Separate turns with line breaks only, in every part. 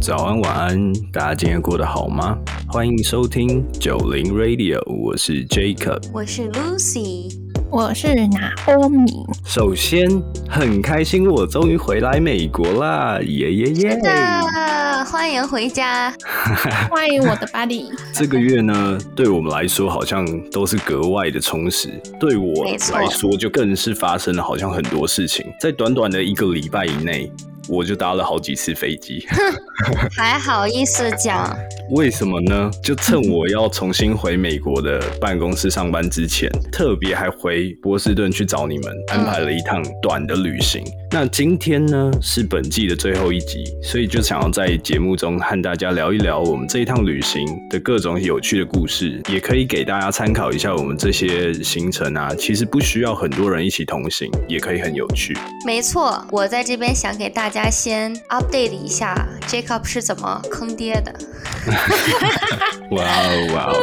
早安，晚安，大家今天过得好吗？欢迎收听九零 Radio，我是 Jacob。
我是 Lucy，
我是拿波米，
首先，很开心我终于回来美国啦，耶耶耶！
的欢迎回 家。
欢迎我的 buddy。
这个月呢，对我们来说好像都是格外的充实，对我
没错
来说就更是发生了好像很多事情，在短短的一个礼拜以内。我就搭了好几次飞机，
还好意思讲，
为什么呢？就趁
嗯
我要重新回美国的办公室上班之前，
嗯
特别还回波士顿去找你们，安排了一趟短的旅行。
嗯
那今天呢是本季的最后一集，所以就想要在节目中和大家聊一聊我们这一趟旅行的各种有趣的故事，也可以给大家参考一下我们这些行程啊。其实不需要很多人一起同行，也可以很有趣。
没错，我在这边想给大家先 update 一下 Jacob 是怎么坑爹的。
哇哦哇 哦！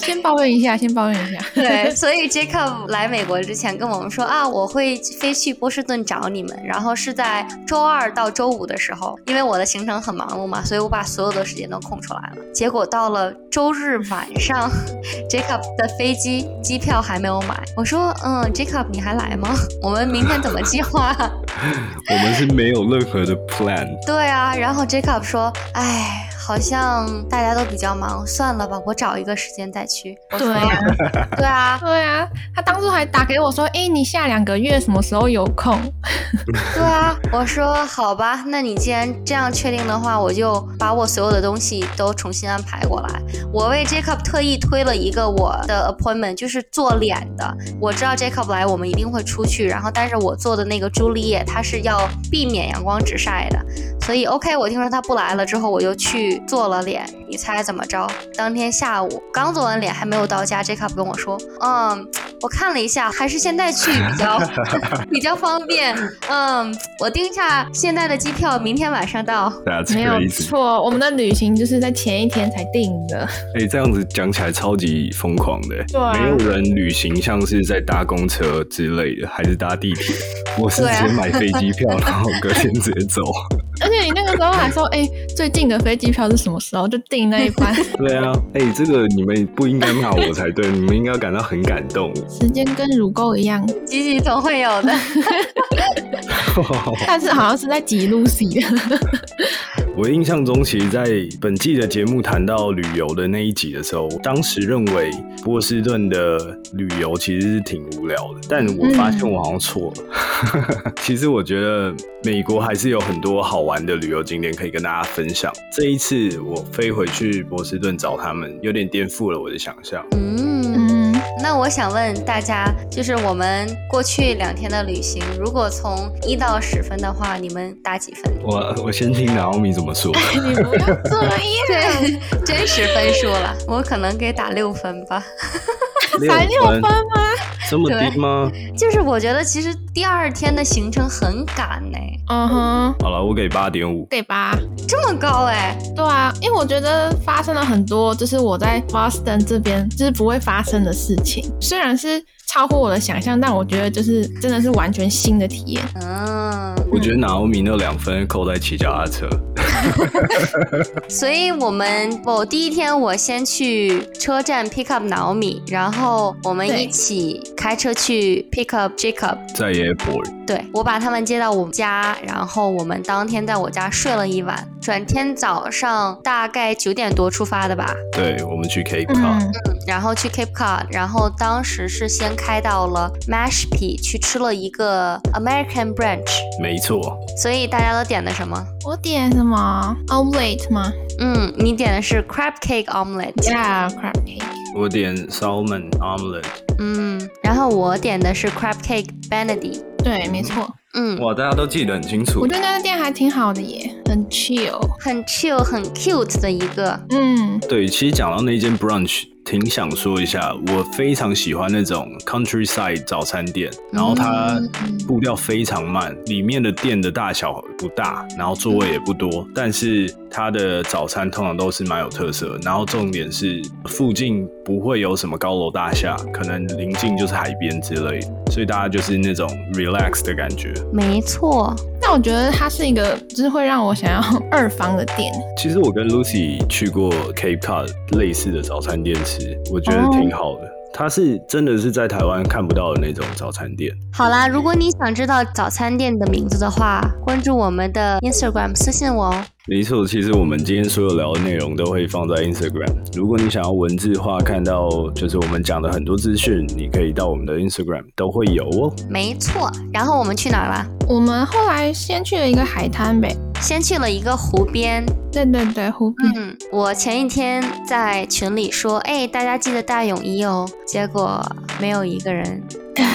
先抱怨一下，先抱怨一下。
对，所以 Jacob 来美国之前跟我们说啊，我会飞去波士顿找你们，然后是在周二到周五的时候，因为我的行程很忙碌嘛，所以我把所有的时间都空出来了。结果到了周日晚上，Jacob 的飞机机票还没有买，我说嗯，Jacob 你还来吗？我们明天怎么计划？
我们是没有任何的 plan，
对啊，然后 Jacob 说：“哎，好像大家都比较忙，算了吧，我找一个时间再去。我说
对啊，
呀， 对啊，
对啊，他当初还打给我说：“哎、你下两个月什么时候有空
对啊。我说好吧，那你既然这样确定的话，我就把我所有的东西都重新安排过来。我为 Jacob 特意推了一个我的 appointment，就是做脸的。我知道 Jacob 来，我们一定会出去。然后，但是我做的那个朱丽叶，它是要避免阳光直晒的，所以 OK，我听说他不来了之后，我就去做了脸。你猜怎么着？当天下午刚做完脸，还没有到家，Jacob 跟我说，嗯，我看了一下，还是现在去比较比较方便。嗯，我订下现在的机票，明天晚上到。
大？”家
没有
crazy。
错，我们的旅行就是在前一天才定的。
哎、这样子讲起来超级疯狂的、欸
对啊
没有人旅行像是在搭公车之类的，还是搭地铁。我是
对
直
啊
接买飞机票，然后隔天直接走。
而且你那个时候还说：“哎、最近的飞机票是什么时候？”就订那一 班。
对啊，哎、这个你们不应该骂我才对，你们应该感到很感 动。
时间跟乳沟一样，
吉吉总会有的。
但是好像是在挤 Lucy 的。
我印象中，其实，在本季的节目谈到旅游的那一集的时候，当时认为波士顿的旅游其实是挺无聊的，但我发现我好像错了。 其实我觉得美国还是有很多好玩的旅游景点可以跟大家分享。这一次我飞回去波士顿找他们，有点颠覆了我的想象。
嗯。
嗯，
那我想问大家，就是我们过去两天的旅行，如果从一到十分的话，你们打几 分？
我我先听南奥米怎么说。
你不要这 样，
对，真实分数了，我可能给打六分吧。
才六分吗？
这么低吗？
就是我觉得其实第二天的行程很赶呢、
嗯哼，
好了，我给八点五。
对吧？
这么高哎、
对啊，因为我觉得发生了很多，就是我在 Boston 这边就是不会发生的事情，虽然是超乎我的想象，但我觉得就是真的是完全新的体验。
嗯，
我觉得南奥米那两分扣在骑脚踏车。
所以我们我第一天我先去车站 pick up 老米，然后我们
对
一起开车去 pick up Jacob，
在 airport，
对我把他们接到我们家，然后我们当天在我家睡了一晚，转天早上大概九点多出发的吧，
对我们去 Cape Cod，、
嗯，
然后去 Cape Cod，然后当时是先开到了 Mashpee 去吃了一个 American Branch，
没错，
所以大家都点的什么？
我点什么 omelette 吗
嗯，你点的是 crab cake omelette。
？Yeah，crab cake。
我点 salmon omelette。
嗯，然后我点的是 crab cake benedict。
对，没错，
嗯，
哇，大家都记得很清楚
我。觉得那家店还挺好的耶，很 chill。
很 chill 很 cute 的一个。
嗯，
对，其实讲到那间 brunch，挺想说一下，我非常喜欢那种 countryside 早餐店，然后它
嗯
步调非常慢，里面的店的大小不大，然后座位也不多，但是它的早餐通常都是蛮有特色的。然后重点是附近不会有什么高楼大厦，可能临近就是海边之类的，所以大家就是那种 relax 的感觉。
没错，
但我觉得它是一个，就是会让我想要二房的店。
其实我跟 Lucy 去过 Cape Cod 类似的早餐店吃，我觉得
哦
挺好的。它是真的是在台湾看不到的那种早餐店。
好啦，如果你想知道早餐店的名字的话，关注我们的 Instagram 私信我哦。
没错，其实我们今天所有聊的内容都会放在 Instagram。如果你想要文字化看到，就是我们讲的很多资讯，你可以到我们的 Instagram 都会有哦。
没错，然后我们去哪儿了？
我们后来先去了一个海滩呗，
先去了一个湖边，
对对对，湖边。
嗯，我前一天在群里说，哎，大家记得带泳衣哦，结果没有一个人。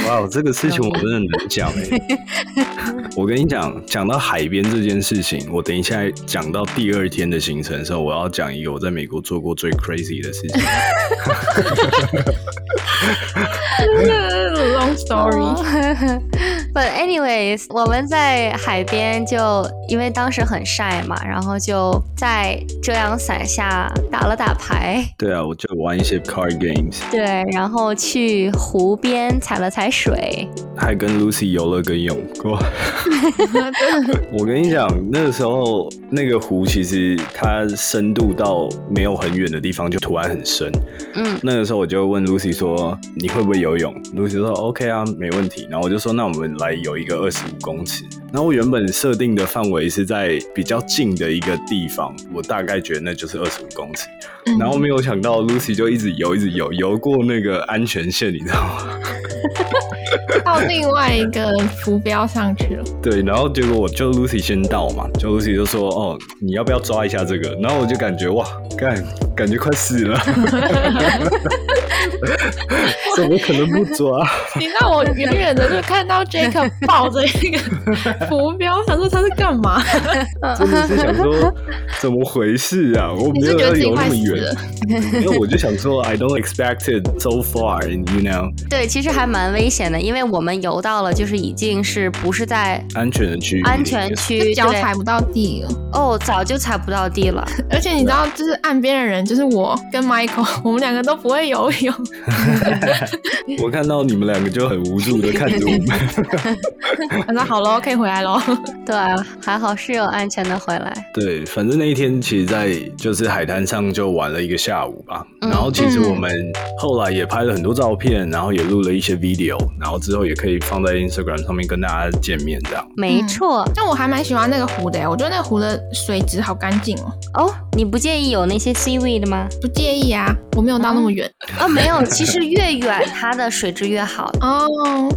哇哦，这个事情我真的能讲哎、我跟你讲，讲到海边这件事情，我等一下讲到第二天的行程的时候，我要讲一个我在美国做过最 crazy 的事情。
Long story。
哦 But anyways，我们在海边就因为当时很晒嘛，然后就在遮阳伞下打了打牌，
对啊，我就玩一些 card games，
对， 然后去湖边踩了踩水，
还跟 Lucy 游了个泳过。 我跟你讲，那个时候那个湖其实它深度到没有很远的地方就突然很深。
嗯，
那个时候我就问 Lucy 说：“你会不会游泳？”Lucy 说：“OK 啊，没问题。”然后我就说：“那我们来游一个二十五公尺。”然后我原本设定的范围是在比较近的一个地方，我大概觉得那就是二十五公尺。
嗯
然后没有想到 Lucy 就一直游，一直游，游过那个安全线，你知道吗？
到另外一个浮标上去了。
对，然后结果我就 Lucy 先到嘛，就 Lucy 就说：“哦，你要不要抓一下这个？”然后我就感觉哇，干，感觉快死了， 怎么可能不抓？
你知道我远远的就看到 Jacob 抱着一个浮标，我想说他是干嘛？
真的是想说，怎么回事啊？我
你
没
是
有
觉
要
得自己
游那
快
么
死
远
了，？
因为我就想说，I don't expect it so far, you know，
对，其实还蛮危险的，因为我们游到了就是已经是不是在
安全的区域，
安全。区，
脚
对
踩不到地了。
哦，早就踩不到地 了。
而且你知道，就是岸边的人，就是我跟 Michael，我们两个都不会游泳。
我看到你们两个就很无助的看着我们。
那好喽，可以回来喽。
对，啊还好是有安全的回来。
对，反正那一天其实，在就是海滩上就玩了一个下午吧。
嗯
然后其实
嗯
我们后来也拍了很多照片，然后也录了一些 video，然后之后也可以放在 Instagram 上面跟大家见面这样。
没
嗯
错、
但我还蛮喜欢那个湖的，欸我觉得那个湖的水质好干净哦，
哦，你不介意有那些 seaweed 吗？
不介意啊。我没有到那么远
啊、没有，其实越远它的水质越好。
哦。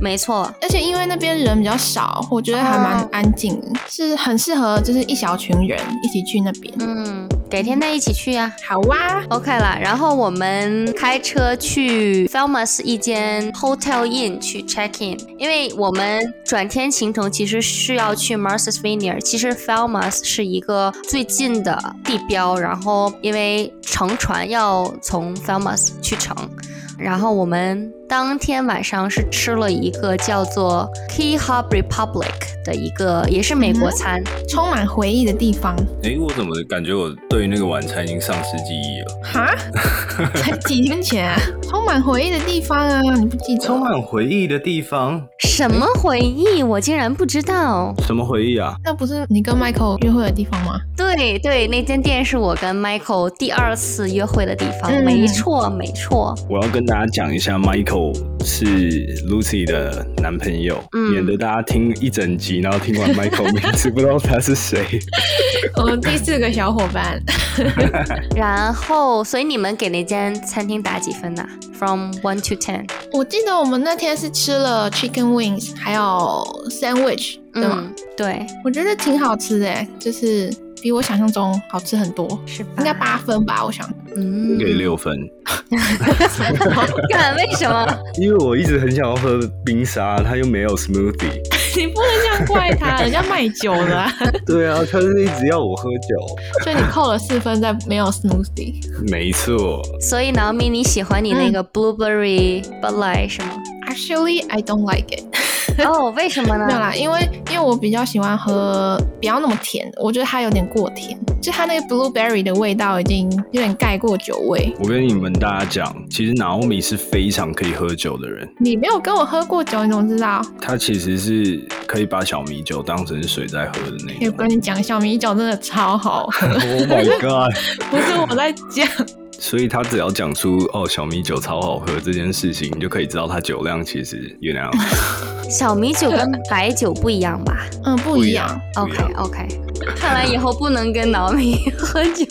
没错，
而且因为那边人比较少，我觉得还蛮
哦
安静的，是很适合就是一小群人一起去那边。
嗯，改天再一起去呀、
好啊哇、
OK 啦，然后我们开车去 Falmouth 一间 Hotel Inn 去 check in，因为我们转天行程其实是要去 Martha's Vineyard，其实 Falmouth 是一个最近的地标，然后因为乘船要从 Falmouth 去乘，然后我们当天晚上是吃了一个叫做 Key Hub Republic 的一个，也是美国餐，
充满回忆的地方。
诶，我怎么感觉我对那个晚餐已经丧失记忆了？
哈， 才几天前、啊，充满回忆的地方啊，你不记得？
充满回忆的地方，
什么回忆，我竟然不知道。
什么回忆啊？
那不是你跟 Michael 约会的地方吗？
对对，那间店是我跟 Michael 第二次约会的地方，
嗯
没错没错。
我要跟大家讲一下，Michael 是 Lucy 的男朋友，
嗯
免得大家听一整集，然后听完 Michael 名字不知道他是谁。
我们第四个小伙伴，
然后，所以你们给那间餐厅打几分呐、f r o m one to ten。
我记得我们那天是吃了 chicken wings，还有 sandwich，对吗？
嗯，对，
我觉得挺好吃的，欸就是比我想象中好吃很多，
是吧？
应该八分吧，我想。
嗯，
给六分，
看为什么？
因为我一直很想要喝冰沙，它又没有 smoothie。
你不能这样怪他，人家卖酒了、啊，
对啊，他是一直要我喝酒，
所以你扣了四分在没有 smoothie。
没错，
所以南米，你喜欢你那个
嗯
blueberry Bud Light 是吗？
Actually, I don't like it
哦，为什么
嗯没有
呢？
啦，因为因为我比较喜欢喝不要那么甜的，我觉得它有点过甜，就它那个 blueberry 的味道已经有点盖过酒味。
我跟你们大家讲，其实 Naomi 是非常可以喝酒的人，
你没有跟我喝过酒，你怎么知道？
她其实是可以把小米酒当成水在喝的 那
我
种。
跟你讲，小米酒真的超好喝，
Oh my god！
不是我在讲，
所以她只要讲出哦小米酒超好喝这件事情，你就可以知道她酒量其实 you know
小米酒跟白酒不一样吧
嗯，不
不一
一
样
样，
不一
？OK
样。
OK，看来以后不能跟老米喝酒。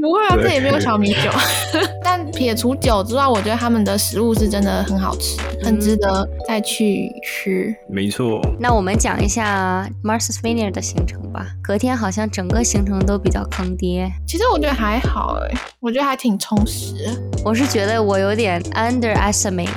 不会啊，
对
这里没有小米酒。 但撇除酒之外，我觉得他们的食物是真的很好吃，很值得再去吃。
没错，
那我们讲一下 Martha's Vineyard 的行程吧。隔天好像整个行程都比较坑爹，
其实我觉得还好哎、我觉得还挺充实的。
我是觉得我有点 underestimate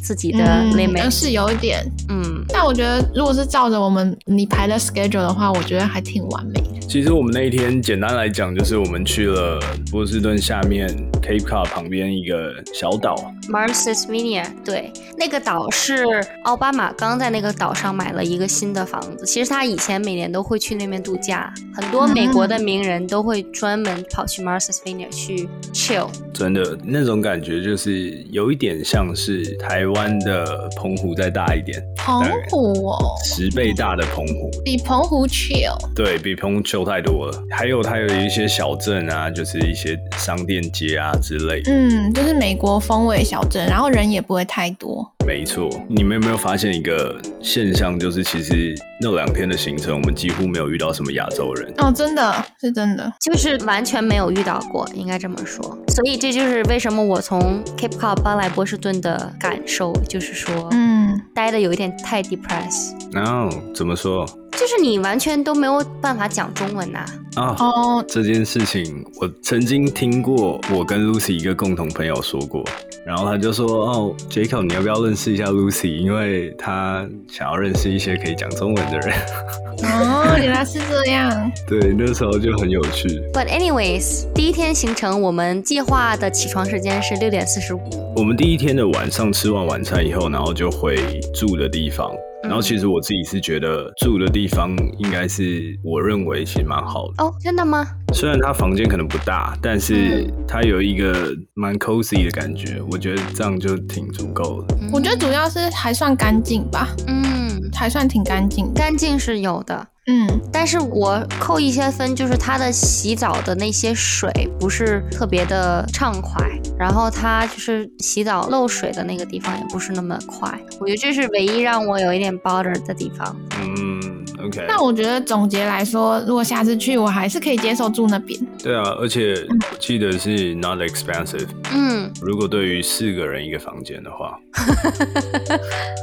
自己的
嗯、
limit。
是有一点，
嗯，
但我觉得如果是照着我们你排的 schedule 的话，我觉得还挺完美的。
其实我们那一天简单来讲，就是我们去了波士顿下面 Cape Cod 旁边一个小岛，
Martha's Vineyard，对，那个岛是奥巴马刚在那个岛上买了一个新的房子。其实他以前每年都会去那边度假，很多美国的名人都会专门跑去 Martha's Vineyard 去 chill。
真的那种感觉就是有一点像是台湾的澎湖再大一点，
澎湖哦，
十倍大的澎湖，
比澎湖 chill，
对比澎湖旧太多了。还有它有一些小镇啊，就是一些商店街啊之类的。
嗯，就是美国风味小镇，然后人也不会太多。
没错，你们有没有发现一个现象，就是其实那两天的行程，我们几乎没有遇到什么亚洲人。
哦，真的是真的，
就是完全没有遇到过，应该这么说。所以这就是为什么我从 Cape Cod 搬来波士顿的感受，就是说、
嗯，
待的有一点太 depress，
然后怎么说
就是你完全都没有办法讲中文呐、
啊？
哦，
这件事情，我曾经听过我跟 Lucy 一个共同朋友说过，然后他就说：“哦，Jacob，你要不要认识一下 Lucy？因为他想要认识一些可以讲中文的人。
哦，原来是这样，”
对，那时候就很有趣。
But anyways，第一天行程我们计划的起床时间是六点四十五。
我们第一天的晚上吃完晚餐以后，然后就回住的地方。然后其实我自己是觉得住的地方应该是我认为其实蛮好的，
哦，真的吗？
虽然他房间可能不大，但是他有一个蛮 cozy 的感觉，我觉得这样就挺足够的。
嗯
我觉得主要是还算干净吧，
嗯，
还算挺干净的，
干净是有的，
嗯，
但是我扣一些分，就是它的洗澡的那些水不是特别的畅快，然后它就是洗澡漏水的那个地方也不是那么快，我觉得这是唯一让我有一点 bother 的地方。
嗯，OK。
但我觉得总结来说，如果下次去，我还是可以接受住那边。
对啊，而且我记得是 not expensive。
嗯，
如果对于四个人一个房间的话，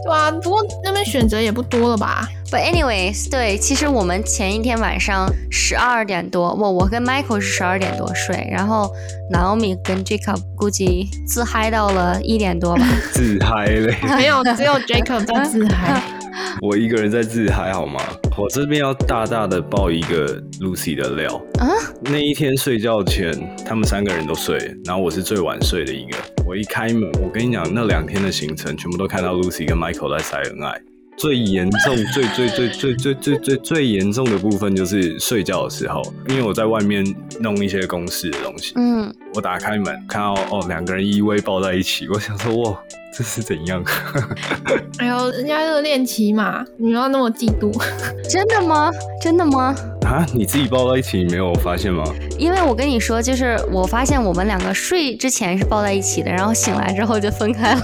对啊，不过那边选择也不多了吧？
But anyways，对，其实我们前一天晚上十二点多，我我跟 Michael 是十二点多睡，然后 Naomi 跟 Jacob 估计自嗨到了一点多吧。
自嗨嘞，
没有，只有 Jacob 在自嗨。
我一个人在自嗨好吗？我这边要大大的爆一个 Lucy 的料。
啊
那一天睡觉前，他们三个人都睡，然后我是最晚睡的一个。我一开门，我跟你讲，那两天的行程全部都看到 Lucy 跟 Michael 在晒恩爱。最严重、最最最最最最最最严重的部分就是睡觉的时候，因为我在外面弄一些公事的东西，
嗯，
我打开门看到哦，两个人依偎抱在一起，我想说哇，这是怎样？
哎呦，人家热恋期嘛，你不要那么嫉妒。
真的吗？真的吗？
啊，你自己抱在一起，你没有发现吗？
因为我跟你说，就是我发现我们两个睡之前是抱在一起的，然后醒来之后就分开了。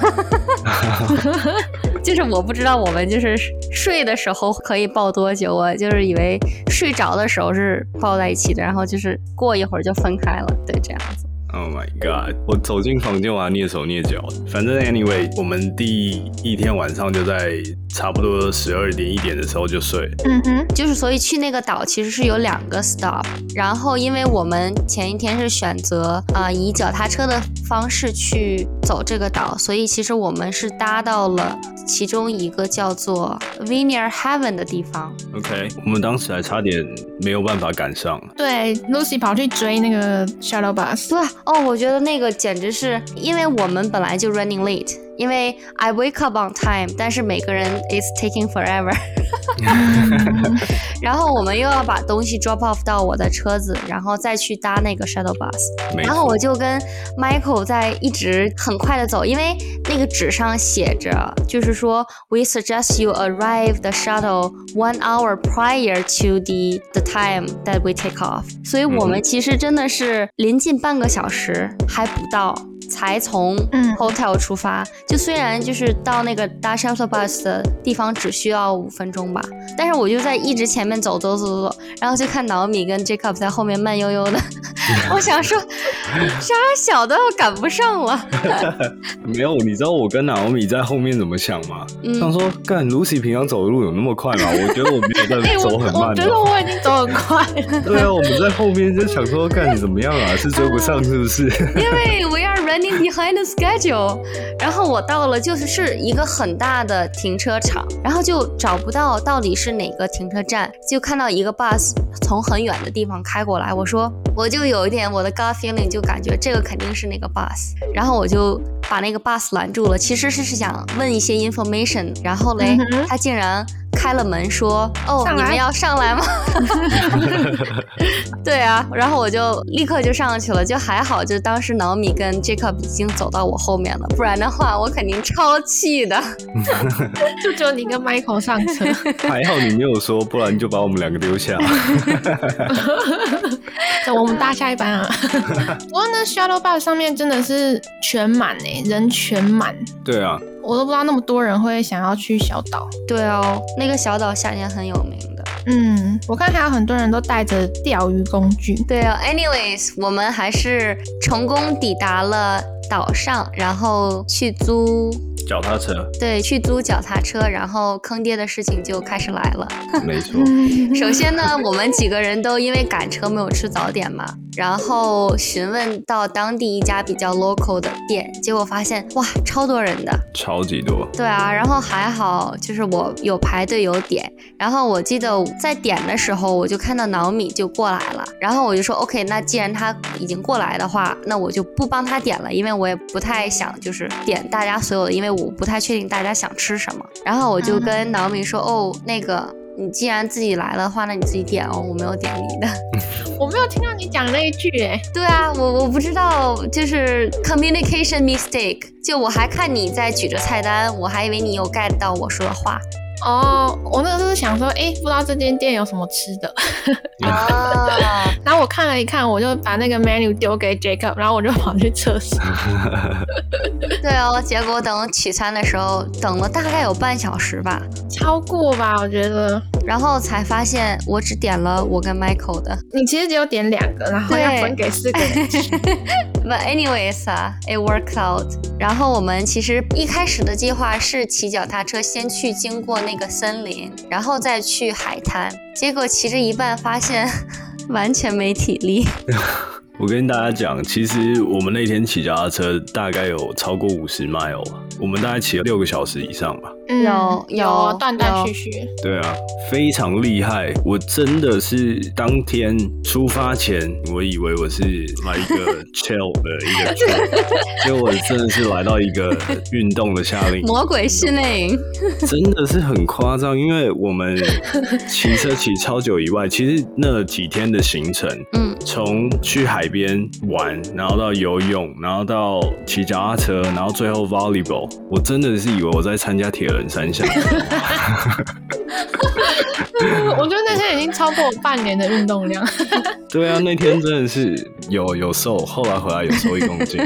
就是我不知道我们就是睡的时候可以抱多久，我就是以为睡着的时候是抱在一起的，然后就是过一会儿就分开了，对，这样子。
Oh my god！我走进房间，我还蹑手蹑脚的。反正 anyway，我们第一天晚上就在差不多十二点一点的时候就睡了。
嗯哼，
就是所以去那个岛其实是有两个 stop，然后因为我们前一天是选择啊、呃以脚踏车的方式去走这个岛，所以其实我们是搭到了其中一个叫做 Vineyard Heaven 的地方。
OK，我们当时还差点没有办法赶上。
对，Lucy 跑去追那个 shuttle bus，
对哦，我觉得那个简直是因为我们本来就 running late，因为 I wake up on time，但是每个人 is taking forever。然后我们又要把东西 drop off 到我的车子，然后再去搭那个 shuttle bus。
没
然后
错
我就跟 Michael 在一直很快的走，因为那个纸上写着，就是说 We suggest you arrive the shuttle one hour prior to the the time that we take off。所以我们其实真的是临近半个小时还不到。才从
嗯
hotel 出发，就虽然就是到那个搭 shuttle bus 的地方只需要五分钟吧，但是我就在一直前面走走走走走，然后就看老米跟 Jacob 在后面慢悠悠的， 我想 说，啥小的要赶不上我，
没有，你知道我跟 Naomi 在后面怎么想吗？想
嗯，
说，干 Lucy 平常走的路有那么快吗？ 我觉得我没有在
哎、我
走很
我
慢
觉得
的。
我已经走很快了，
对啊，我们在后面就想说，干你怎么样 啊？是追不上是不是？
因为 we are running behind the schedule，然后我到了就是是一个很大的停车场，然后就找不到到底是哪个停车站，就看到一个 bus 从很远的地方开过来，我说我就有一点我的 gut feeling 就感觉这个肯定是那个 bus，然后我就把那个 bus 拦住了，其实是是想问一些 information，然后嘞
嗯哼
他竟然。开了门说：“哦，
上
你们
来
要上来吗？” 对啊，然后我就立刻就上去了，就还好，就当时脑米跟 Jacob 已经走到我后面了，不然的话我肯定超气的。
就只有你跟 Michael 上 车，
还好你没有说，不然就把我们两个丢 下。
等我们搭下一班 啊。不过那 shuttle bus 上面真的是全满诶、人全满，
对啊，
我都不知道那么多人会想要去小岛。
对哦，那个小岛夏天很有名的。
嗯，我看还有很多人都带着钓鱼工具。
对哦，anyways，我们还是成功抵达了岛上，然后去租，
脚踏车，
对，去租脚踏车，然后坑爹的事情就开始来了。
没 错。
嗯
首先呢，我们几个人都因为赶车没有吃早点嘛，然后询问到当地一家比较 local 的店，结果发现哇，超多人的。
超级多，
对啊，然后还好，就是我有排队有点，然后我记得在点的时候，我就看到脑米就过来了，然后我就说 OK，那既然他已经过来的话，那我就不帮他点了，因为我也不太想就是点大家所有的，因为我不太确定大家想吃什么。然后我就跟脑米说，哦，那个你既然自己来了的话，那你自己点哦，我没有点你的。
我没有听到你讲那一句欸诶、
对啊，我我不知道，就是 communication mistake。就我还看你在举着菜单，我还以为你有 get 到我说的话。
哦，我那个时候想说，诶、不知道这间店有什么吃的。
啊，
然后我看了一看，我就把那个 menu 丢给 Jacob，然后我就跑去厕所。
对哦，结果等取餐的时候，等了大概有半小时吧，
超过吧，我觉得
然后才发现我只点了我跟 Michael 的。
你其实只有点两个，然后
对
要分给四个人 吃。
But anyways 啊，it worked out。然后我们其实一开始的计划是骑脚踏车先去经过那个森林，然后再去海滩。结果骑着一半发现 完全没体 力。
我跟大家讲，其实我们那天骑脚踏车大概有超过五十 mile，吧我们大概骑了六个小时以上吧。
嗯
有有
有断断
有
续续。
对啊，非常厉害！我真的是当天出发前，我以为我是来一 个 chill 的一个 trip，结果我真的是来到一个运动的夏令营，
魔鬼训练 营，
真的是很夸张。因为我们骑车骑超久以外，其实那几天的行程，
嗯，
从去海边玩，然后到游泳，然后到骑脚踏车，然后最后 volleyball，我真的是以为我在参加铁人三 项。
我觉得那些已经超过我半年的运动量。
对啊，那天真的是有有瘦，后来回来有瘦一公 斤。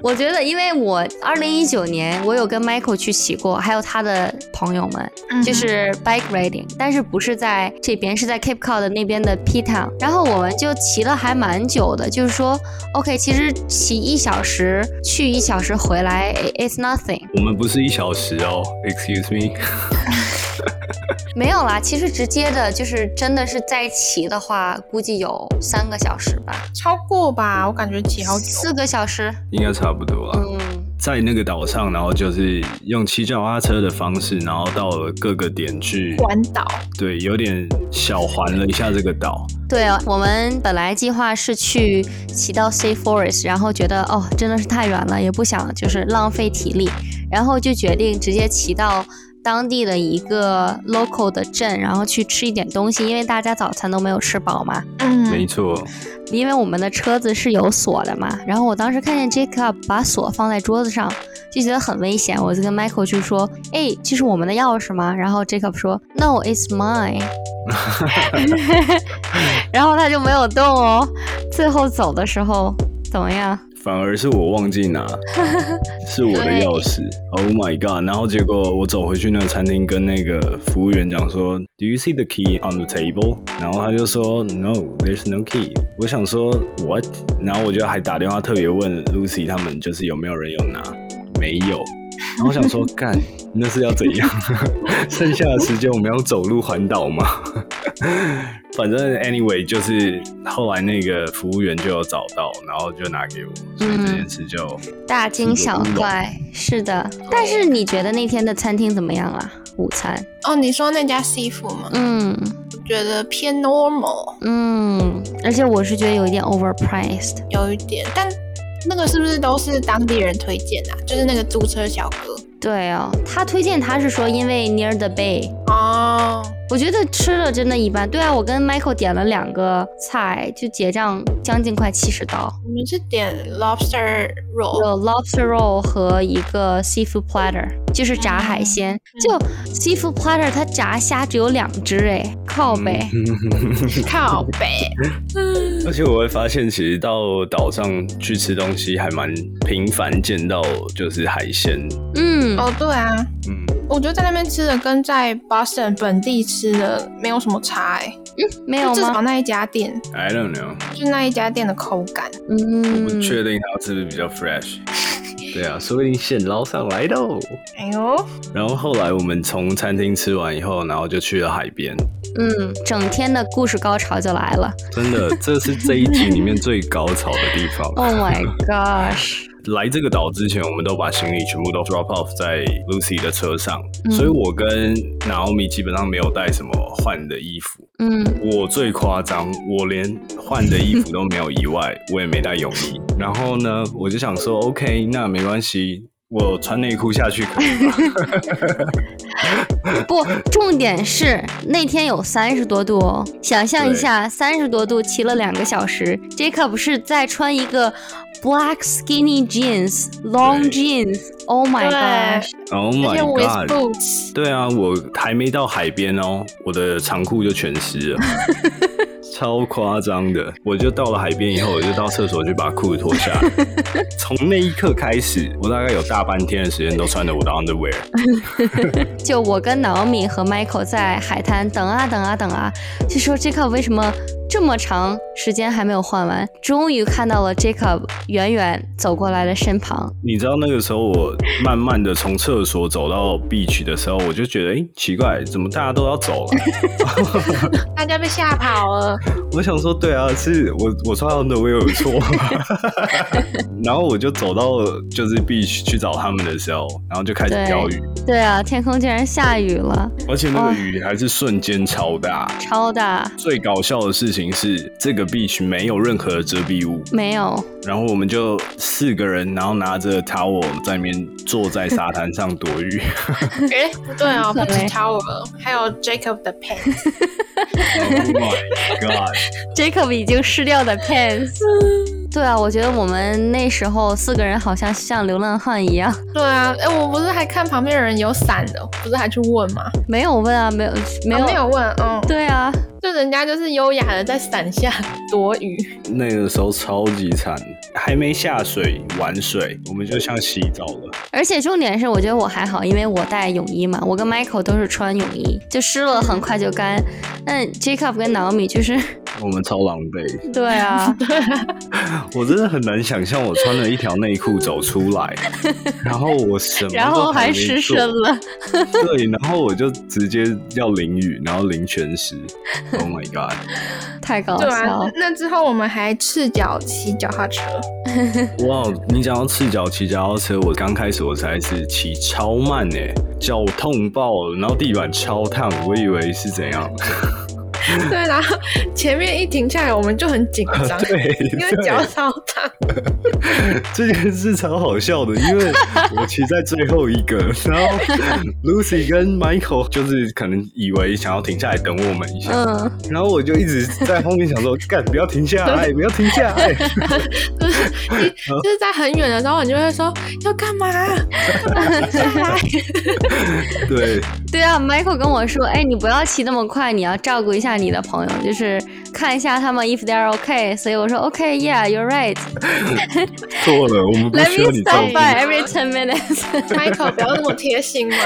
我觉得，因为我二零一九年我有跟 Michael 去骑过，还有他的朋友们，
嗯
就是 bike riding，但是不是在这边，是在 Cape Cod 那边的 P Town。然后我们就骑了还蛮久的，就是说，OK，其实骑一小时去一小时回来，it's nothing。
我们不是一小时哦，excuse me，
没有啦，其实直接的就是真的是在一起的话，估计有三个小时吧，
超过吧，我感觉起好久。
四个小时。
应该差不多啦。
嗯，
在那个岛上，然后就是用骑脚踏车的方式，然后到了各个点去，
环岛
对，有点小环了一下这个岛。
对哦，我们本来计划是去骑到 Sea Forest，然后觉得哦真的是太远了，也不想就是浪费体力，然后就决定直接骑到当地的一个 local 的镇，然后去吃一点东西，因为大家早餐都没有吃饱嘛。
没
嗯，
错，
因为我们的车子是有锁的嘛，然后我当时看见 Jacob 把锁放在桌子上，就觉得很危险，我就跟 Michael 去说：“哎，这是我们的钥匙吗？”然后 Jacob 说：“No, it's mine。” 然后他就没有动哦。最后走的时候怎么样？
反而是我忘记拿，是我的钥匙。Oh my god！然后结果我走回去那个餐厅，跟那个服务员讲说，Do you see the key on the table？然后他就说，No，there's no key。我想说 What？然后我就还打电话特别问 Lucy 他们，就是有没有人有拿，没有。然后我想 说，干，那是要怎样？ 剩下的时间我们要走路环岛吗？ 反正 anyway 就是后来那个服务员就有找到，然后就拿给我，所以
嗯
这件事就、
大惊小怪，是的。但是你觉得那天的餐厅怎么样啊？午餐？
哦，你说那家西服吗？
嗯
我觉得偏 normal
嗯，而且我是觉得有一点 overpriced。
有一点，但那个是不是都是当地人推荐啊？就是那个租车小哥
对哦，他推荐他是说因为 near the bay，
哦，
我觉得吃的真的一般。对啊，我跟 Michael 点了两个菜，就结账将近快七十刀，
我们是点 lobster roll，
有 lobster roll 和一个 seafood platter，就是炸
哦
海鲜。
嗯
就 seafood platter，它炸虾只有两只哎，靠呗。
靠北，
嗯 而且我会发现，其实到岛上去吃东西还蛮频繁见到，就是海鲜。
嗯，
哦对啊，
嗯，
我觉得在那边吃的跟在 Boston 本地吃的没有什么差哎、
没
就
有
至少
吗？
那一家店，
I don't know，、
就那一家店的口感。
我不
嗯，
确定它是不是比较 fresh。对 啊，说不定现捞上来的哦。
哎呦，
然后后来我们从餐厅吃完以后，然后就去了海边。
嗯，整天的故事高潮就来了。
真 的，这是这一集里面最高潮的地方。
Oh my gosh！
来这个岛之前，我们都把行李全部都 drop off 在 Lucy 的车上，
嗯
所以我跟 Naomi 基本上没有带什么换的衣服。
嗯，
我最夸张，我连换的衣服都没有以 外，我也没带泳衣。然后呢，我就想说，OK，那没关系，我穿内裤下去可以吧？
不，重点是那天有三十多度哦。想象一下，三十多度骑了两个小时，Jacob 是在穿一个 black skinny jeans、long
对
jeans。Oh my
对
god！
oh
而
my
且 with
god！
boots，
对啊，我还没到海边哦，我的长裤就全湿了，超夸张的。我就到了海边以后，我就到厕所去把裤子脱下来。从那一刻开始，我大概有大半天的时间都穿着我的 underwear。
就我跟 Naomi 和 Michael 在海滩等啊等啊等啊，就说 Jacob 为什么这么长时间还没有换完？终于看到了 Jacob 远远走过来的身旁。
你知道那个时候，我慢慢的从厕所走到 beach 的时候，我就觉得，哎、奇怪，怎么大家都要走啊了？
大家被吓 跑了。
我想说，对啊，是我我穿 underwear 有错吗。然后我就走到就是 beach 去找他们的时候，然后就开始
对
钓鱼。
对啊，天空竟然下雨了，
而且那个雨还是瞬间超大。
超大。
最搞笑的事情是，这个 beach 没有任何的遮蔽物，
没有，
然后我们就四个人，然后拿着 towel 在那边坐在沙滩上躲雨。
哎、不对哦，不
很可
止
怜
Tower，还有 Jacob 的 pants。
oh my god！
Jacob 已经湿掉的 pants。对 啊，我觉得我们那时候四个人好像像流浪汉一样，
对啊，哎、我不是还看旁边有人有伞的，不是还去问吗？
没有问啊，没有没有、
啊没有问，嗯，
对啊，
就人家就是优雅的在伞下躲雨。
那个时候超级惨，还没下水玩水，我们就像洗澡了。
而且重点是，我觉得我还好，因为我带泳衣嘛，我跟 Michael 都是穿泳衣，就湿了很快就干。但 Jacob 跟 Naomi 就是
我们超狼狈。
对 啊，
我真的很难想象我穿了一条内裤走出 来，然后我什么都
然后
还
还
没
失
做
身了。
对，然后我就直接要淋雨，然后淋全 湿。Oh my god！
太搞
对
笑
啊
了，，
那之后我们还赤脚骑脚踏车，
哇，你讲到赤脚骑脚踏车，我刚开始我才是骑超慢哎、脚痛爆了，然后地板超烫，我以为是怎样？
对，然后前面一停下来，我们就很紧张，
对，
因为
对
脚超烫。
这件事超好笑的，因为我骑在最后一个，然后 Lucy 跟 Michael 就是可能以为想要停下来等我们一下，
嗯，
然后我就一直在后面想说，干，不要停下来，不要停下来。
就是你就是在很远的时候，你就会说要干嘛？
对，
对啊，Michael 跟我说，哎，你不要骑那么快，你要照顾一下你的朋友，就是看一下他们 if they're okay。所以我说 OK，yeah，you're、right。
错了，我们不
Let
需要
me
你照
stop
顾。
by every ten minutes 。
Michael，不要那么贴心嘛。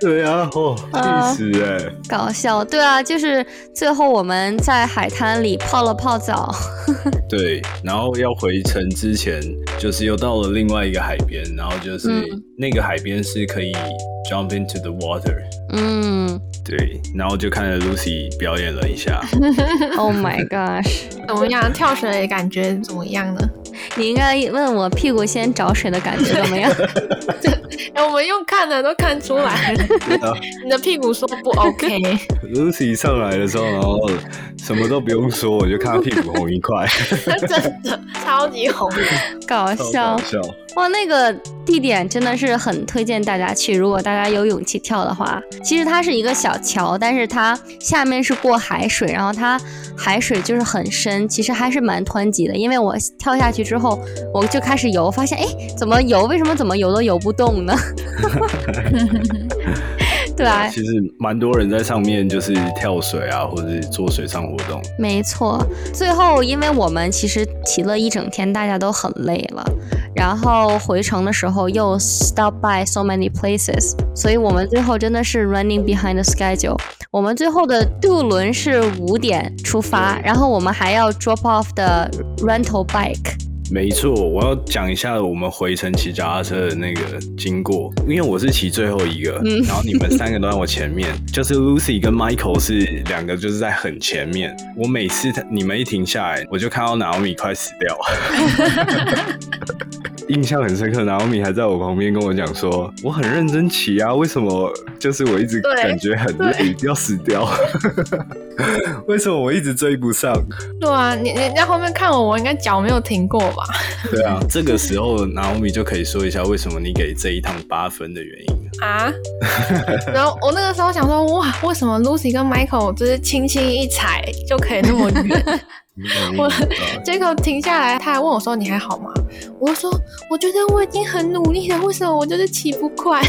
对啊，哦，
啊
气死哎、
搞笑，对啊，就是最后我们在海滩里泡了泡澡，
对，然后要回程之前，就是又到了另外一个海边，然后就是、
嗯
那个海边是可以 jump into the water。
嗯
对，然后就看着 Lucy 表演了一 下，
，Oh my gosh，
怎么样？跳水的感觉怎么样呢？
你应该问我屁股先找水的感觉怎么样？
哎、我们用看的都看出来了，
啊
你的屁股说不 OK，
Lucy 上来的时候，然后什么都不用说，我就看她屁股红一 块，
真的超级红。
搞
超
笑
搞，笑。
哇，那个地点真的是很推荐大家去，如果大家有勇气跳的话。其实它是一个小桥，但是它下面是过海水，然后它海水就是很深，其实还是蛮湍急的。因为我跳下去之后，我就开始游，发现哎，怎么游？为什么怎么游都游不动呢？ 对啊，
其实蛮多人在上面就是跳水啊，或者是做水上活动。
没错，最后因为我们其实骑了一整天，大家都很累了，然后回程的时候又 stop by so many places，所以我们最后真的是 running behind the schedule。我们最后的渡轮是五点出发，然后我们还要 drop off 的 rental bike。
没错，我要讲一下我们回程骑脚踏车的那个经过，因为我是骑最后一个，然后你们三个都在我前面，就是 Lucy 跟 Michael 是两个就是在很前面。我每次你们一停下来，我就看到 Naomi 快死掉，印象很深刻。Naomi 还在我旁边跟我讲说，我很认真骑啊，为什么就是我一直
对
感觉很累，要死掉， 为什么我一直追不上？
对啊，你你在后面看我，我应该脚没有停过吧？
对啊，这个时候 Naomi 就可以说一下为什么你给这一趟八分的原因。
啊！然后我那个时候想说，哇，为什么 Lucy 跟 Michael 就是轻轻一踩就可以那么远？我结果停下来，他还问我说：“你还好吗？”我就说：“我觉得我已经很努力了，为什么我就是骑不快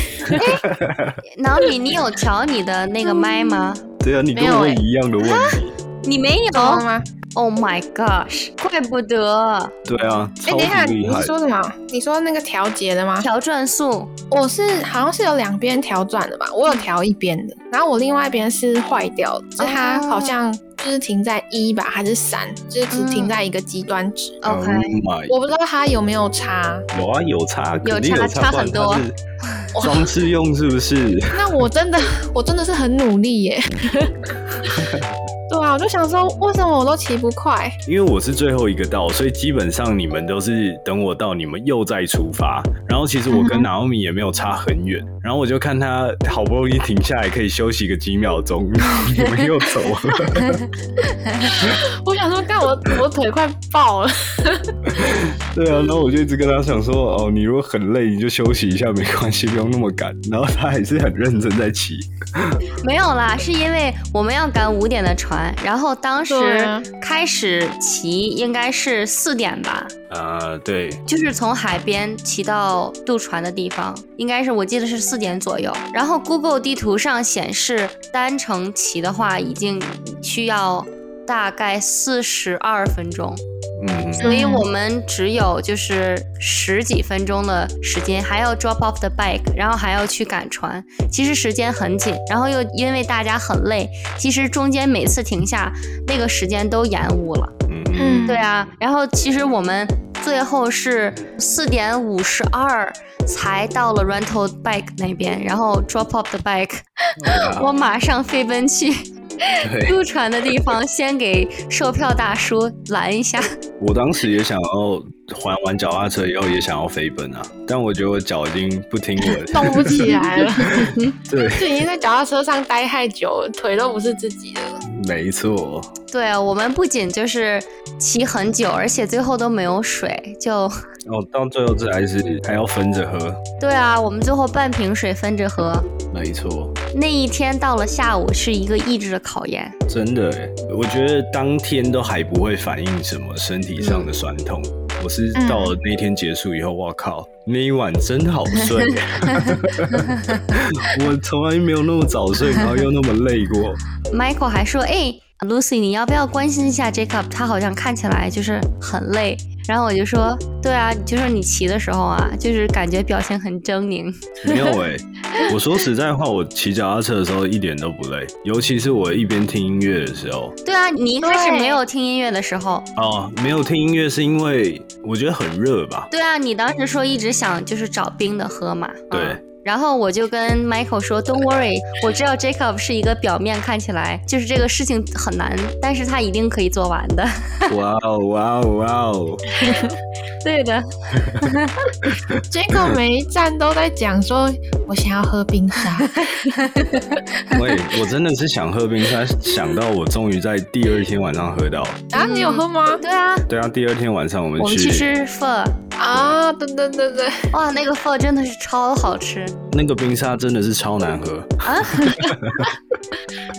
然后你你有调你的那个麦吗？
对啊，你跟
没有
我
欸
问一样的问题。
你没有？？”
哦
懂吗？
Oh my gosh！怪不得
对啊，
哎、
超
等一下，
级厉
你
害
是。说什么？你说那个调节的吗？
调转速
我是好像是有两边调转的吧，我有调一边的，然后我另外一边是坏掉的，就是它
哦
好像就是停在一吧，还是三，就是只停
嗯
在一个极端值。
Oh
，OK，
my！
我不知道它有没有差，
有啊，有差，肯定
差差
不然
很多
它是 装饰用是不是？
那我真的， 我真的是很努力耶。 对啊，我就想说，为什么我都骑不快？
因为我是最后一个到，所以基本上你们都是等我到，你们又再出发。然后其实我
嗯
跟 Naomi 也没有差很远，然后我就看他好不容易停下来，可以休息个几秒钟， 然后你们又走了。
我想说，干我我腿快爆了。
对啊，然后我就一直跟他想说，哦，你如果很累，你就休息一下，没关系，不用那么赶。然后他还是很认真在骑，
没有啦，是因为我们要赶五点的船，然后当
对啊
时开始骑应该是四点吧，
呃，对，
就是从海边骑到渡船的地方，应该是我记得是四点左右。然后 Google 地图上显示单程骑的话，已经需要大概四十二分钟。
嗯，
所以我们只有就是十几分钟的时间，还要 drop off the bike，然后还要去赶船，其实时间很紧，然后又因为大家很累，其实中间每次停下那个时间都延误了。
嗯
对啊，然后其实我们最后是四点五十二才到了 rental bike 那边，然后 drop off the bike，、我
啊
马上飞奔去
嗯 对，
租船的地方，先给售票大叔拦一下。
我当时也想要还完脚踏车以后也想要飞奔啊，但我觉得我脚已经不听我的，
动不起来了，
对，
就已经在脚踏车上待太久了，腿都不是自己的了。
没错，
对我们不仅就是骑很久，而且最后都没有水，就
哦，到最后这还是还要分着喝，
对啊，我们最后半瓶水分着喝。
没错，
那一天到了下午是一个意志的考验，
真的哎，我觉得当天都还不会反映什么身体上的酸痛，我是到了那天结束以后，哇靠，那一晚真好睡， 我从来没有那么早睡，然后又那么累过，
Michael 还说：“哎，Lucy，你要不要关心一下 Jacob？他好像看起来就是很累。”然后我就说：“对啊，就是你骑的时候啊，就是感觉表情很狰狞。
没有哎、我说实在话，我骑脚踏车的时候一点都不累，尤其是我一边听音乐的时候。
对啊，你一开始
对
没有听音乐的时候，
哦，没有听音乐是因为我觉得很热吧？
对啊，你当时说一直想就是找冰的喝嘛。
对
嗯然后我就跟 Michael 说：“Don't worry，我知道 Jacob 是一个表面看起来就是这个事情很难，但是他一定可以做完的。
哇哦哇哦哇哦！”
对的，
结果每一站都在讲说，我想要喝冰 沙，
喂，我真的是想喝冰沙，想到我终于在第二天晚上喝到。
然啊后你有喝吗？
对啊，
对啊，第二天晚上我们
我们去
去
吃 pho，
啊，对对对对，
哇，那个 pho 真的是超好吃。
那个冰沙真的是超难喝，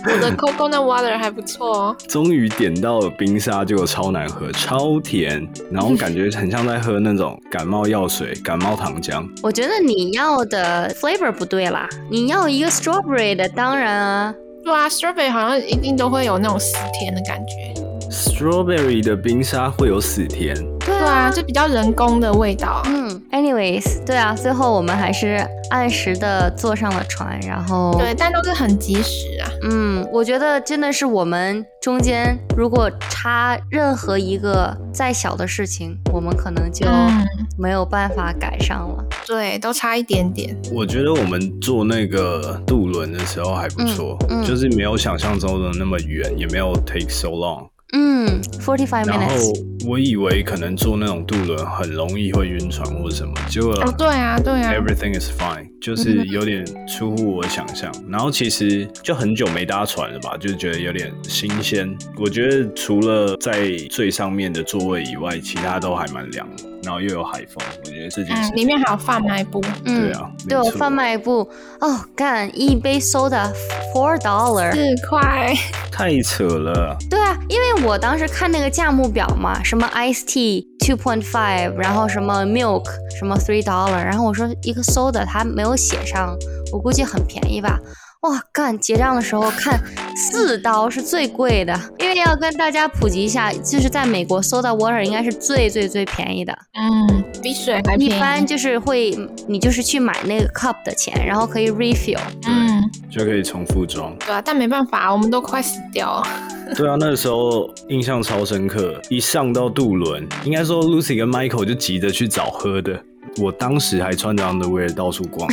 我的 coconut water 还不错哦。
终于点到了冰沙，结果超难喝，超甜，然后感觉很像在喝那种感冒药水、感冒糖浆。
我觉得你要的 flavor 不对啦，你要一个 strawberry 的，当然啊，
对啊，strawberry 好像一定都会有那种死甜的感觉。
Strawberry 的冰沙会有死甜，
对
对啊，就比较人工的味道。
嗯，anyways，对啊，最后我们还是按时的坐上了船，然后，
对，但都是很及时啊。
嗯，我觉得真的是我们中间如果差任何一个再小的事情，我们可能就
嗯，
没有办法赶上了。
对，都差一点点。
我觉得我们坐那个渡轮的时候还不错，
嗯嗯
就是没有想象中的那么远，也没有 take so long。
嗯，forty five
然后
minutes，
我以为可能坐那种渡轮很容易会晕船或什么，结果
哦，对啊，对啊，嗯
everything is fine，就是有点出乎我想象。然后其实就很久没搭船了吧，就觉得有点新鲜。我觉得除了在最上面的座位以外，其他都还蛮凉的，然后又有海风，我觉得这件事
嗯，里面还有贩卖部。
嗯，
对啊，
对我
没错
贩卖部，哦，干一杯 soda four dollar，
四块，
太扯了，
对啊，因为我当时看那个价目表嘛，什么 ice tea two point five，然后什么 milk 什么 three dollar，然后我说一个 soda 它没有写上，我估计很便宜吧。哇，干结账的时候看四刀是最贵的，因为要跟大家普及一下，就是在美国 soda water 应该是最最最便宜的，
嗯，比水还便宜。
一般就是会你就是去买那个 cup 的钱，然后可以 refill。
嗯，
就可以重复装。
对啊，但没办法，我们都快死掉了。
对啊，那时候印象超深刻。一上到渡轮，应该说 Lucy 跟 Michael 就急着去找喝的。我当时还穿着 underwear 到处逛，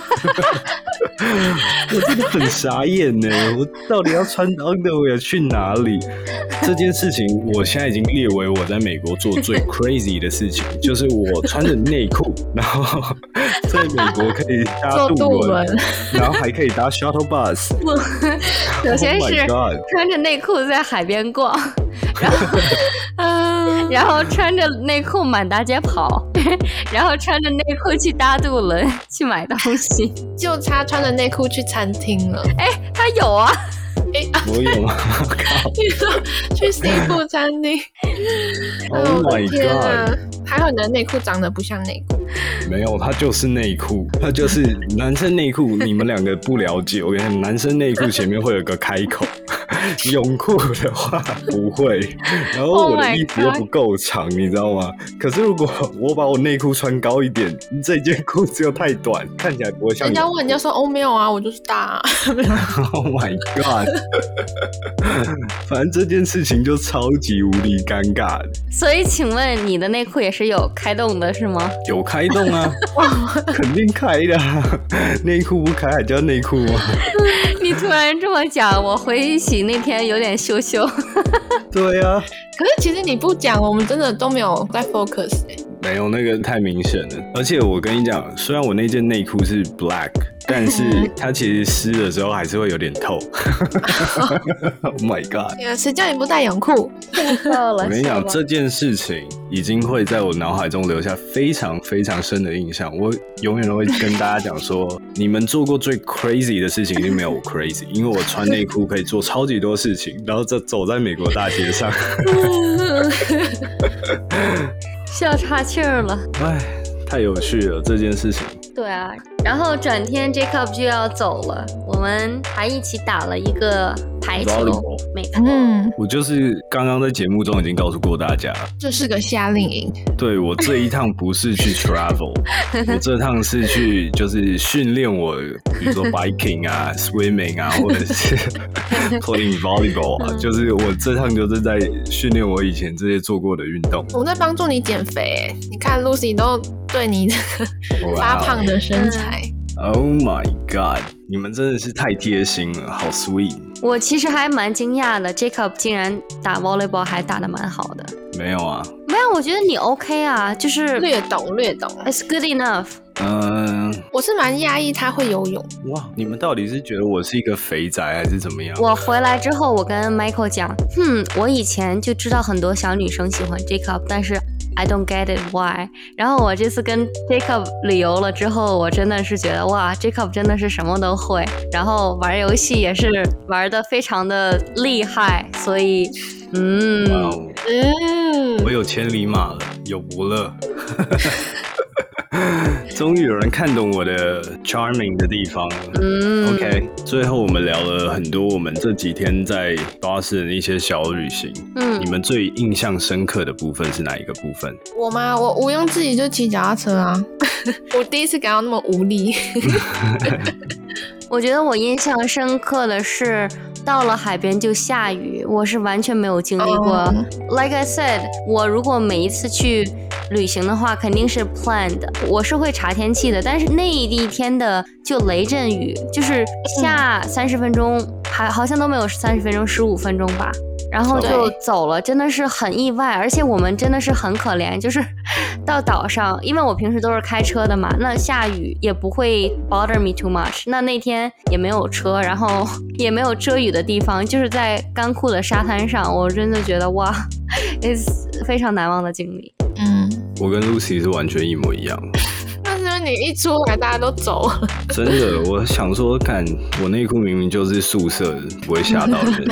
我真的很傻眼呢。我到底要穿 underwear 去哪里？这件事情我现在已经列为我在美国做最 crazy 的事情，就是我穿着内裤， 然后在美国可以搭
坐
渡
渡
轮
轮，
然后还可以搭 shuttle bus。
有些
Oh my
是
God
穿着内裤在海边逛，然后，嗯然后穿着内裤满大街跑，然后穿着内裤去搭渡轮去买东西。
就差穿着内裤去餐厅 了，
他有啊，
我有吗？ 靠
去西部餐 厅。
！Oh
我的
my
天
god！
啊！还好你的内裤长得不像内裤，
没有，它就是内裤，它 就是男生内裤。你们两个不了解，我跟你讲，男生内裤前面会有个开口，泳裤的话不会，然后我的衣服又不够长，oh、你知道吗？可是如果我把我内裤穿高一点，这件裤子又太短，看起来不会像。
人家问，人家说哦没有啊，我就是大、啊。
oh my god！反正这件事情就超级无敌尴尬的。
所以，请问你的内裤也是有开洞的，是吗？
有开洞啊，肯定开的、啊。 内裤不开还叫内裤吗？
你突然这么讲，我回起那天有点羞羞。
对呀、啊。
可是其实你不讲，我们真的都没有在 focus、欸。
没有那个太明显了，而且我跟你讲，虽然我那件内裤是 black，但是它其实湿的时候还是会有点 透。oh my god！
哎谁叫你不带泳裤？
我
跟你讲，这件事情已经会在我脑海中留下非常非常深的印象。我永远都会跟大家讲说，你们做过最 crazy 的事情一定没有我 crazy，因为我穿内裤可以做超级多事情，然后这走在美国大街 上。
笑岔气儿了，
哎，太有趣了这件事情。
对啊，然后转天 Jacob 就要走了，我们还一起打了一个排球，没错。
嗯，
我就是刚刚在节目中已经告诉过大家，
这是个夏令营。
对我这一趟不是去 travel，我这趟是去就是训练我，比如说 biking 啊、swimming 啊，或者是 playing volleyball 啊，
嗯
就是我这趟就是在训练我以前这些做过的运动。
我在帮助你减肥、欸，你看 Lucy 都对你 发
哦
胖。的身材
，Oh my god！你们真的是太贴心了，好 sweet。
我其实还蛮惊讶的，Jacob 竟然打 volleyball 还打得蛮好的。
没有啊，
没有，我觉得你 OK 啊，就是
略懂略懂
，It's good enough。
嗯，
我是蛮压抑他会游泳。
哇，你们到底是觉得我是一个肥宅还是怎么样？
我回来之后，我跟 Michael 讲，哼，我以前就知道很多小女生喜欢 Jacob，但是 I don't get it why。然后我这次跟 Jacob 旅游了之后，我真的是觉得哇，Jacob 真的是什么都会，然后玩游戏也是玩的非常的厉害，所以。嗯
，wow,
嗯，
我有千里马了， 有伯乐，终于有人看懂我的 charming 的地方了。
嗯
，OK，最后我们聊了很多我们这几天在巴士的一些小旅行。
嗯，
你们最印象深刻的部分是哪一个部分？
我吗？我毋庸置疑就骑脚踏车啊， 我第一次感到那么无力。
我觉得我印象深刻的是，到了海边就下雨，我是完全没有经历过。Oh. Like I said，我如果每一次去旅行的话，肯定是 plan 的，我是会查天气的。但是那一天的就雷阵雨，就是下三十分钟，还好像都没有三十分钟，十五分钟吧。然后就走了，真的是很意外，而且我们真的是很可怜，就是到岛上，因为我平时都是开车的嘛，那下雨也不会 bother me too much。那那天也没有车，然后也没有遮雨的地方，就是在干枯的沙滩上，我真的觉得哇，is 非常难忘的经历。
嗯，
我跟 Lucy 是完全一模一样。
你一出来，大家都走了。
真的，我想说，看我内裤明明就是宿舍，不会吓到人。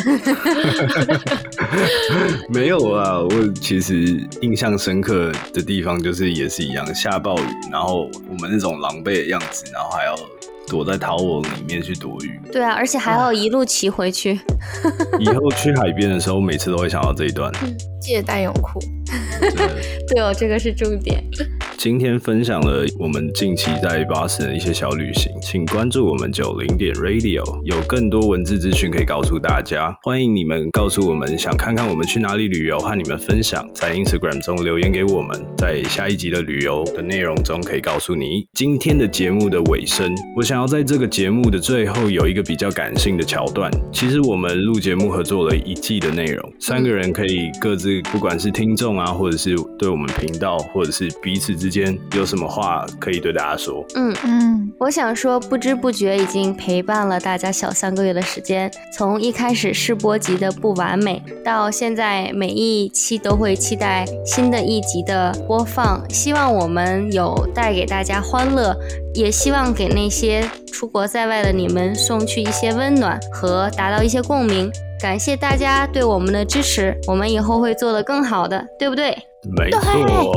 没有啊，我其实印象深刻的地方就是也是一样，下暴雨，然后我们那种狼狈的样子，然后还要躲在陶瓮里面去躲雨。
对啊，而且还要一路骑回去。
以后去海边的时候，每次都会想到这一段。
嗯、 记得带泳裤。
对哦，这个是重点。
今天分享了我们近期在巴士的一些小旅行，请关注我们九零点 Radio，有更多文字资讯可以告诉大家。欢迎你们告诉我们想看看我们去哪里旅游，和你们分享，在 Instagram 中留言给我们，在下一集的旅游的内容中可以告诉你。今天的节目的尾声，我想要在这个节目的最后有一个比较感性的桥段。其实我们录节目合作了一季的内容，三个人可以各自不管是听众啊，或者是对我们频道，或者是彼此之。之间有什么话可以对大家说？
嗯
嗯，
我想说，不知不觉已经陪伴了大家小三个月的时间。从一开始试播集的不完美，到现在每一期都会期待新的一集的播放。希望我们有带给大家欢乐，也希望给那些出国在外的你们送去一些温暖和达到一些共鸣。感谢大家对我们的支持，我们以后会做得更好的，对不对？
没错，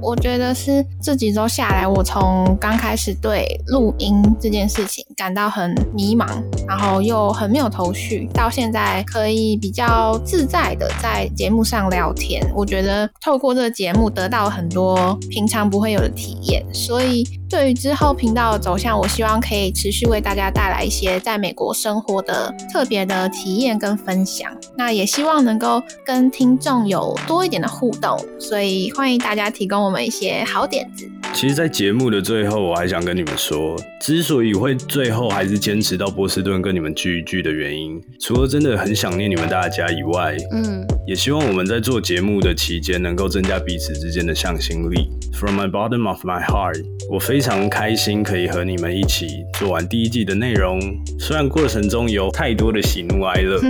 我觉得是这几周下来，我从刚开始对录音这件事情感到很迷茫，然后又很没有头绪，到现在可以比较自在的在节目上聊天。我觉得透过这个节目得到很多平常不会有的体验，所以对于之后频道的走向，我希望可以持续为大家带来一些在美国生活的特别的体验跟分享。那也希望能够跟听众有多一点的互动，所以欢迎大家提供我们一些好点子。
其实，在节目的最后，我还想跟你们说，之所以会最后还是坚持到波士顿跟你们聚一聚的原因，除了真的很想念你们大家以外，
嗯，
也希望我们在做节目的期间能够增加彼此之间的向心力。From my bottom of my heart，我非常开心可以和你们一起做完第一季的内容，虽然过程中有太多的喜怒哀乐。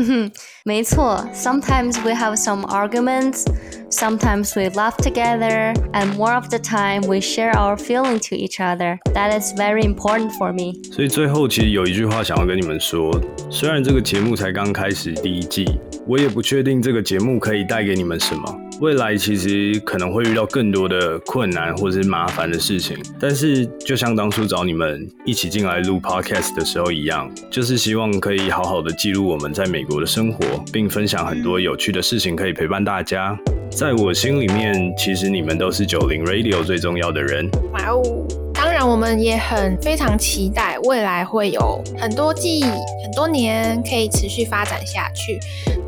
没错，Sometimes we have some arguments, sometimes we laugh together, and more of the time we share our feeling to each other. That is very important for me.
所以最后其实有一句话想要跟你们说，虽然这个节目才刚开始第一季，我也不确定这个节目可以带给你们什么。未来其实可能会遇到更多的困难或者是麻烦的事情，但是就像当初找你们一起进来录 podcast 的时候一样，就是希望可以好好的记录我们在美国的生活，并分享很多有趣的事情，可以陪伴大家。在我心里面，其实你们都是九零 Radio 最重要的人。
哇哦！当然，我们也很非常期待未来会有很多季、很多年可以持续发展下去。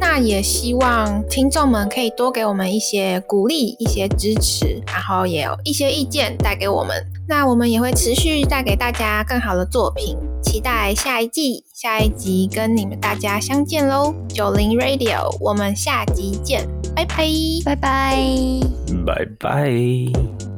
那也希望听众们可以多给我们一些鼓励、一些支持，然后也有一些意见带给我们。那我们也会持续带给大家更好的作品，期待下一季、下一集跟你们大家相见喽！九零 Radio，我们下集见，拜拜。
拜拜。
拜拜。